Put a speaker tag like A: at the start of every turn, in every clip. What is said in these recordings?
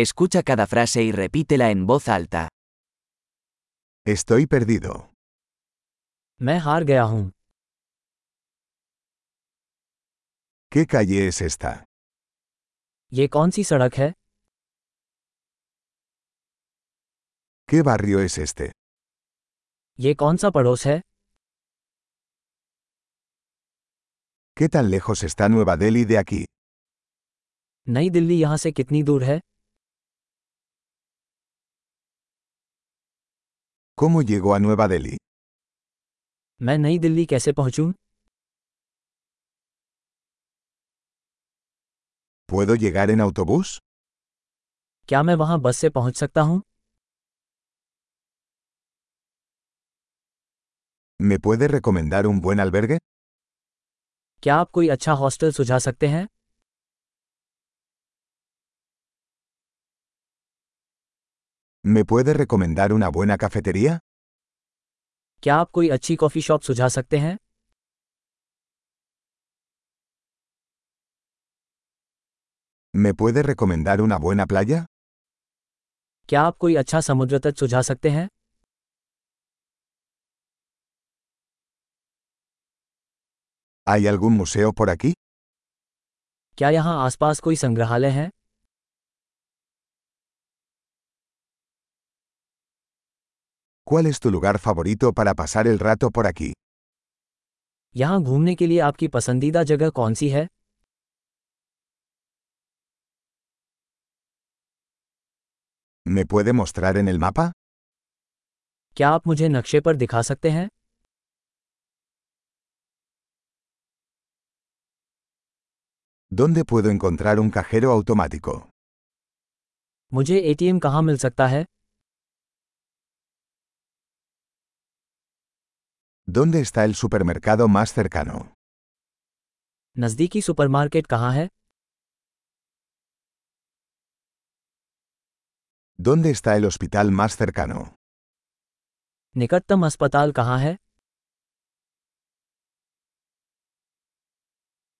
A: Escucha cada frase y repítela en voz alta.
B: Estoy perdido.
C: मैं हार गया हूँ
B: ¿Qué calle es esta?
C: ये कौन सी सड़क है
B: ¿Qué barrio es este?
C: ये कौन सा पड़ोस है
B: ¿Qué tan lejos está Nueva Delhi de aquí?
C: नई दिल्ली यहाँ से कितनी दूर है
B: ¿Cómo llego a Nueva Delhi?
C: मैं नई दिल्ली कैसे पहुँचूँ
B: ¿Puedo llegar en autobús?
C: क्या मैं वहाँ बस से पहुँच सकता हूँ
B: ¿Me puede recomendar un buen albergue?
C: क्या आप कोई अच्छा हॉस्टल सुझा सकते हैं
B: ¿Me puede recomendar una buena cafetería?
C: क्या आप कोई अच्छी कॉफ़ी शॉप सुझा सकते हैं
B: ¿Me puede recomendar una buena playa?
C: क्या आप कोई अच्छा समुद्र तट सुझा सकते हैं
B: ¿Hay algún museo por aquí?
C: क्या यहाँ आसपास कोई संग्रहालय है
B: ¿Cuál es tu lugar favorito para pasar el rato por aquí?
C: यहाँ घूमने के लिए आपकी पसंदीदा जगह कौन सी है
B: ¿Me puede mostrar en el mapa?
C: क्या आप मुझे नक्शे पर दिखा सकते हैं
B: ¿Dónde puedo encontrar un cajero automático?
C: मुझे एटीएम कहाँ मिल सकता है
B: ¿Dónde está el supermercado más cercano?
C: नज़दीकी सुपरमार्केट कहाँ है
B: ¿Dónde está el hospital más cercano?
C: निकटतम अस्पताल कहाँ है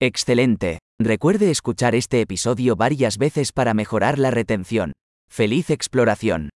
A: Excelente. Recuerde escuchar este episodio varias veces para mejorar la retención. ¡Feliz exploración!